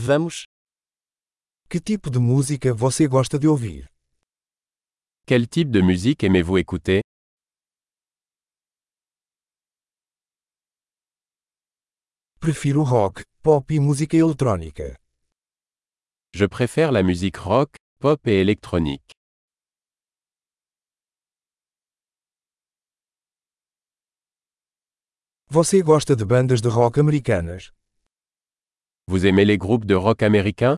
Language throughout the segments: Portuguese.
Vamos. Que tipo de música você gosta de ouvir? Quel type de musique aimez-vous écouter Prefiro rock, pop e música eletrônica. Je préfère la musique rock, pop et électronique. Você gosta de bandas de rock americanas? Vous aimez les groupes de rock américains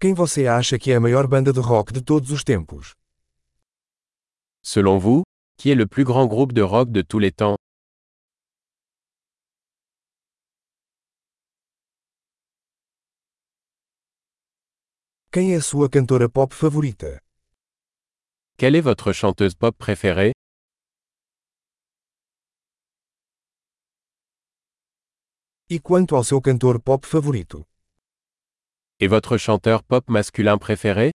Quem você acha que é a maior banda de rock de todos os tempos? Selon vous, qui est le plus grand groupe de rock de tous les temps Quem é a sua cantora pop favorita? Quelle est votre chanteuse pop préférée E quanto ao seu cantor pop favorito? Et votre chanteur pop masculin préféré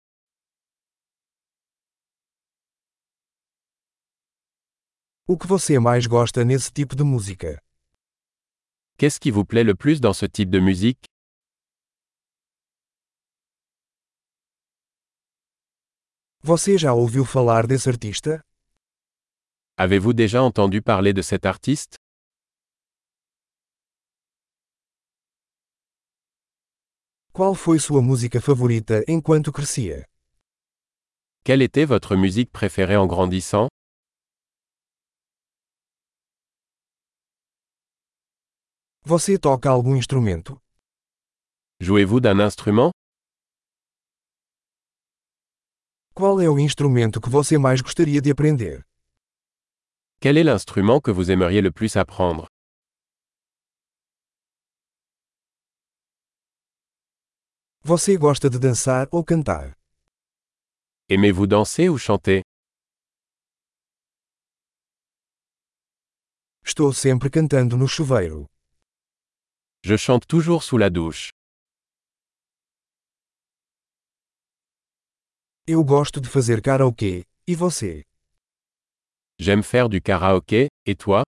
O que você mais gosta nesse tipo de música? Qu'est-ce qui vous plaît le plus dans ce type de musique Você já ouviu falar desse artista? Avez-vous déjà entendu parler de cet artiste Qual foi sua música favorita enquanto crescia? Quelle était votre musique préférée en grandissant Você toca algum instrumento? Jouez-vous d'un instrument Qual é o instrumento que você mais gostaria de aprender? Quel est l'instrument que vous aimeriez le plus apprendre Você gosta de dançar ou cantar? Aimez-vous danser ou chanter Estou sempre cantando no chuveiro. Je chante toujours sous la douche. Eu gosto de fazer karaokê. E você? J'aime faire du karaoké, et toi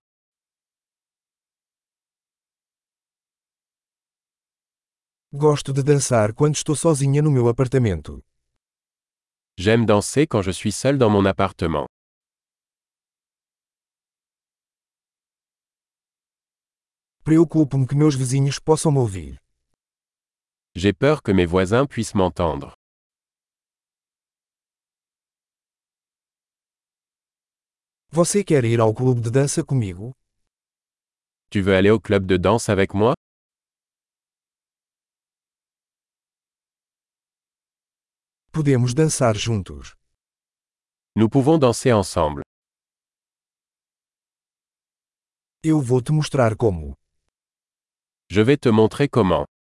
Gosto de dançar quando estou sozinha no meu apartamento. J'aime danser quand je suis seul dans mon appartement. Preocupo-me que meus vizinhos possam me ouvir. J'ai peur que mes voisins puissent m'entendre. Você quer ir ao clube de dança comigo? Tu veux aller au club de danse avec moi Podemos dançar juntos. Nous pouvons danser ensemble. Eu vou te mostrar como. Je vais te montrer comment.